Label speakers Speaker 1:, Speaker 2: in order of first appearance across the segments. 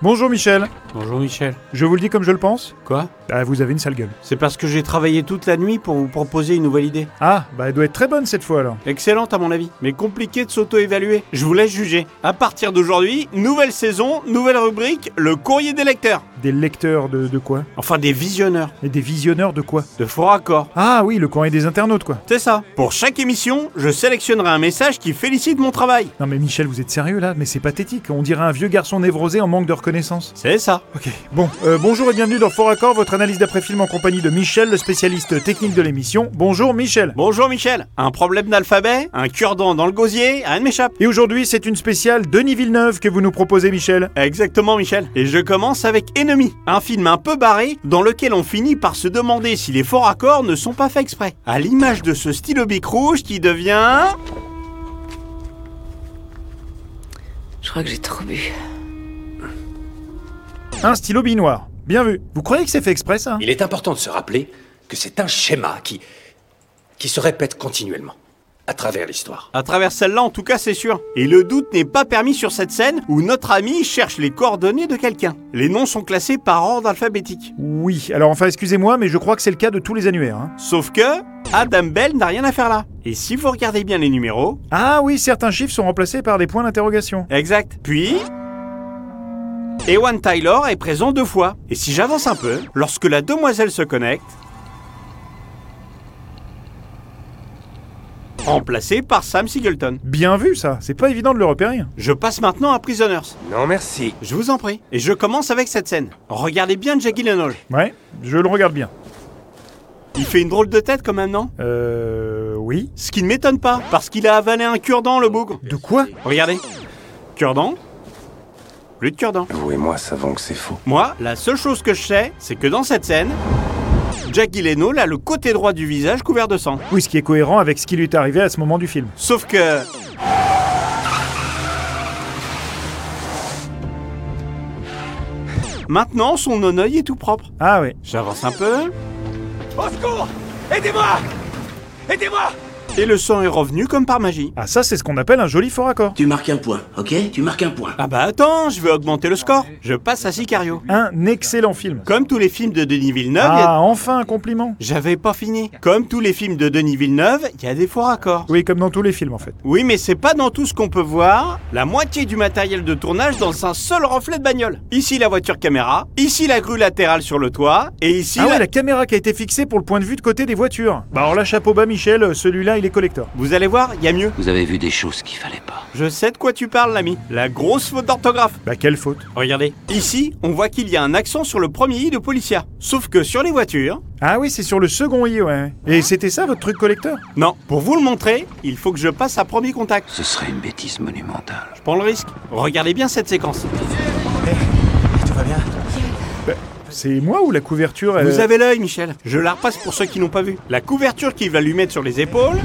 Speaker 1: Bonjour Michel,
Speaker 2: Bonjour Michel.
Speaker 1: je vous le dis comme je le pense
Speaker 2: Quoi
Speaker 1: Bah vous avez une sale gueule.
Speaker 2: C'est parce que j'ai travaillé toute la nuit pour vous proposer une nouvelle idée.
Speaker 1: Ah, bah elle doit être très bonne cette fois alors.
Speaker 2: Excellente à mon avis, mais compliquée de s'auto-évaluer. Je vous laisse juger. À partir d'aujourd'hui, nouvelle saison, nouvelle rubrique, le courrier des lecteurs.
Speaker 1: Des lecteurs de, de quoi
Speaker 2: Enfin des visionneurs,
Speaker 1: Et des visionneurs de quoi
Speaker 2: de faux raccords.
Speaker 1: Ah oui, le courrier des internautes quoi.
Speaker 2: C'est ça. Pour chaque émission, je sélectionnerai un message qui félicite mon travail.
Speaker 1: Non mais Michel, vous êtes sérieux là Mais c'est pathétique, on dirait un vieux garçon névrosé en manque de reconnaissance.
Speaker 2: C'est ça.
Speaker 1: Ok, bon, euh, bonjour et bienvenue dans Fort Accord, votre analyse d'après-film en compagnie de Michel, le spécialiste technique de l'émission. Bonjour Michel
Speaker 2: Bonjour Michel. Un problème d'alphabet, un cure-dent dans le gosier, rien ne m'échappe.
Speaker 1: Et aujourd'hui, c'est une spéciale Denis Villeneuve que vous nous proposez Michel.
Speaker 2: Exactement Michel. Et je commence avec Ennemi, un film un peu barré dans lequel on finit par se demander si les forts accords ne sont pas faits exprès. À l'image de ce stylo bic rouge qui devient...
Speaker 3: Je crois que j'ai trop bu.
Speaker 1: Un stylo binoir. Bien vu. Vous croyez que c'est fait exprès ça
Speaker 4: Il est important de se rappeler que c'est un schéma qui, qui se répète continuellement à travers l'histoire.
Speaker 2: À travers celle-là en tout cas c'est sûr. Et le doute n'est pas permis sur cette scène où notre ami cherche les coordonnées de quelqu'un. Les noms sont classés par ordre alphabétique.
Speaker 1: Oui, alors enfin excusez-moi, mais je crois que c'est le cas de tous les annuaires. hein.
Speaker 2: Sauf que... Adam Bell n'a rien à faire là. Et si vous regardez bien les numéros...
Speaker 1: Ah oui, certains chiffres sont remplacés par des points d'interrogation.
Speaker 2: Exact. Puis... Ewan Tyler est présent deux fois. Et si j'avance un peu, lorsque la demoiselle se connecte... Remplacé par Sam Singleton.
Speaker 1: Bien vu ça, c'est pas évident de le repérer.
Speaker 2: Je passe maintenant à Prisoners.
Speaker 4: Non, merci.
Speaker 2: Je vous en prie. Et je commence avec cette scène. Regardez bien Jackie Gyllenhaal.
Speaker 1: Ouais, je le regarde bien.
Speaker 2: Il fait une drôle de tête quand même, non
Speaker 1: Euh... Oui.
Speaker 2: Ce qui ne m'étonne pas, parce qu'il a avalé un cure-dent, le bougre.
Speaker 1: De quoi
Speaker 2: Regardez. Cure-dent. Plus de cure-dent.
Speaker 4: Vous et moi savons que c'est faux.
Speaker 2: Moi, la seule chose que je sais, c'est que dans cette scène, Jack Gyllenhaal a le côté droit du visage couvert de sang.
Speaker 1: Oui, ce qui est cohérent avec ce qui lui est arrivé à ce moment du film.
Speaker 2: Sauf que... Maintenant, son non-œil est tout propre.
Speaker 1: Ah ouais.
Speaker 2: J'avance un peu. Aidez-moi Aidez-moi Et le sang est revenu comme par magie.
Speaker 1: Ah ça, c'est ce qu'on appelle un joli fort accord.
Speaker 5: Tu marques un point, ok Tu marques un point.
Speaker 2: Ah bah attends, je veux augmenter le score. Je passe à Sicario.
Speaker 1: Un excellent film.
Speaker 2: Comme tous les films de Denis Villeneuve, il y a-
Speaker 1: Ah, enfin un compliment.
Speaker 2: j'avais pas fini. Comme tous les films de Denis Villeneuve, il y a des faux raccords.
Speaker 1: Oui, comme dans tous les films en fait.
Speaker 2: Oui, mais c'est pas dans tout ce qu'on peut voir. La moitié du matériel de tournage dans un seul reflet de bagnole. Ici la voiture caméra, ici la grue latérale sur le toit, et ici
Speaker 1: Ah
Speaker 2: la-
Speaker 1: ouais, la caméra qui a été fixée pour le point de vue de côté des voitures. Bah alors là, chapeau bas Michel, euh, celui-là, il est collector.
Speaker 2: Vous allez voir, il y a mieux.
Speaker 5: Vous avez vu des choses qu'il fallait pas.
Speaker 2: Je sais de quoi tu parles, l'ami. La grosse faute d'orthographe.
Speaker 1: Bah quelle faute.
Speaker 2: Regardez. Ici, on voit qu'il y a un accent sur le premier i de Policia. Sauf que sur les voitures...
Speaker 1: Ah oui, c'est sur le second i, ouais. Et c'était ça votre truc collector
Speaker 2: Non, pour vous le montrer, il faut que je passe à premier contact.
Speaker 5: Ce serait une bêtise monumentale.
Speaker 2: Je prends le risque. Regardez bien cette séquence.
Speaker 1: C'est moi ou la couverture euh, elle-
Speaker 2: Vous avez l'œil, Michel. Je la repasse pour ceux qui n'ont pas vu. La couverture qu'il va lui mettre sur les épaules...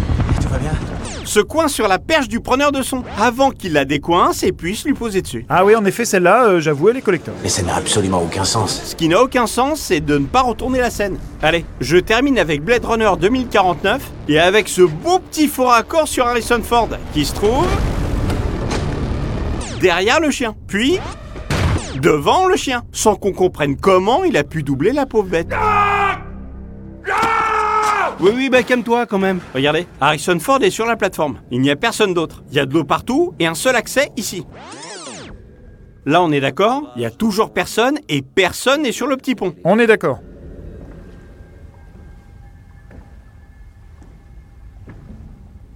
Speaker 2: Se coince sur la perche du preneur de son, avant qu'il la décoince et puisse lui poser dessus.
Speaker 1: Ah oui, en effet, celle-là, euh, j'avoue, elle est collector.
Speaker 4: Mais ça n'a absolument aucun sens.
Speaker 2: Ce qui n'a aucun sens, c'est de ne pas retourner la scène. Allez, je termine avec Blade Runner 2049 et avec ce beau petit faux raccord sur Harrison Ford qui se trouve derrière le chien, puis devant le chien, sans qu'on comprenne comment il a pu doubler la pauvre bête. Oui, oui, bah calme-toi quand même. Regardez, Harrison Ford est sur la plateforme. Il n'y a personne d'autre. Il y a de l'eau partout et un seul accès ici. Là, on est d'accord, il y a toujours personne et personne n'est sur le petit pont.
Speaker 1: On est d'accord.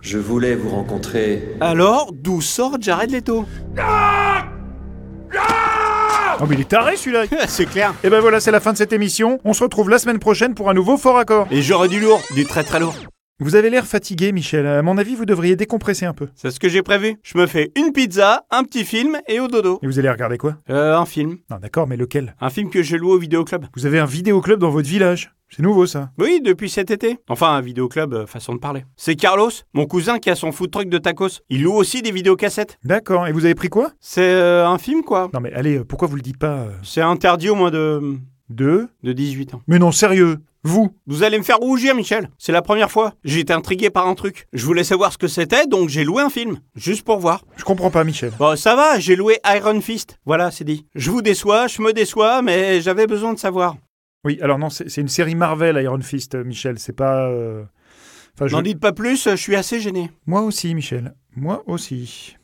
Speaker 6: Je voulais vous rencontrer
Speaker 2: Alors, d'où sort Jared Leto
Speaker 1: Oh, mais il est taré celui-là
Speaker 2: C'est clair.
Speaker 1: Et ben voilà, c'est la fin de cette émission. On se retrouve la semaine prochaine pour un nouveau fort accord.
Speaker 2: Et j'aurais du lourd, du très très lourd.
Speaker 1: Vous avez l'air fatigué, Michel. À mon avis, vous devriez décompresser un peu.
Speaker 2: C'est ce que j'ai prévu. Je me fais une pizza, un petit film et au dodo.
Speaker 1: Et vous allez regarder quoi
Speaker 2: Euh, un film.
Speaker 1: Non, d'accord, mais lequel
Speaker 2: Un film que je loue au vidéoclub.
Speaker 1: Vous avez un vidéoclub dans votre village. C'est nouveau, ça.
Speaker 2: Oui, depuis cet été. Enfin, un vidéoclub, euh, façon de parler. C'est Carlos, mon cousin qui a son food truck de tacos. Il loue aussi des vidéocassettes.
Speaker 1: D'accord. Et vous avez pris quoi
Speaker 2: C'est euh, un film, quoi.
Speaker 1: Non, mais allez, euh, pourquoi vous le dites pas euh
Speaker 2: C'est interdit au moins de...
Speaker 1: de...
Speaker 2: de 18 ans.
Speaker 1: Mais non, sérieux, vous
Speaker 2: Vous allez me faire rougir, Michel. C'est la première fois. J'ai été intrigué par un truc. Je voulais savoir ce que c'était, donc j'ai loué un film. Juste pour voir.
Speaker 1: Je comprends pas, Michel.
Speaker 2: Bon, ça va, j'ai loué Iron Fist. Voilà, c'est dit. Je vous déçois, je me déçois, mais j'avais besoin de savoir.
Speaker 1: Oui, alors non, c'est c'est une série Marvel, Iron Fist, euh, Michel, c'est pas... euh, Enfin, je-
Speaker 2: N'en dites pas plus, je suis assez gêné.
Speaker 1: Moi aussi, Michel. Moi aussi.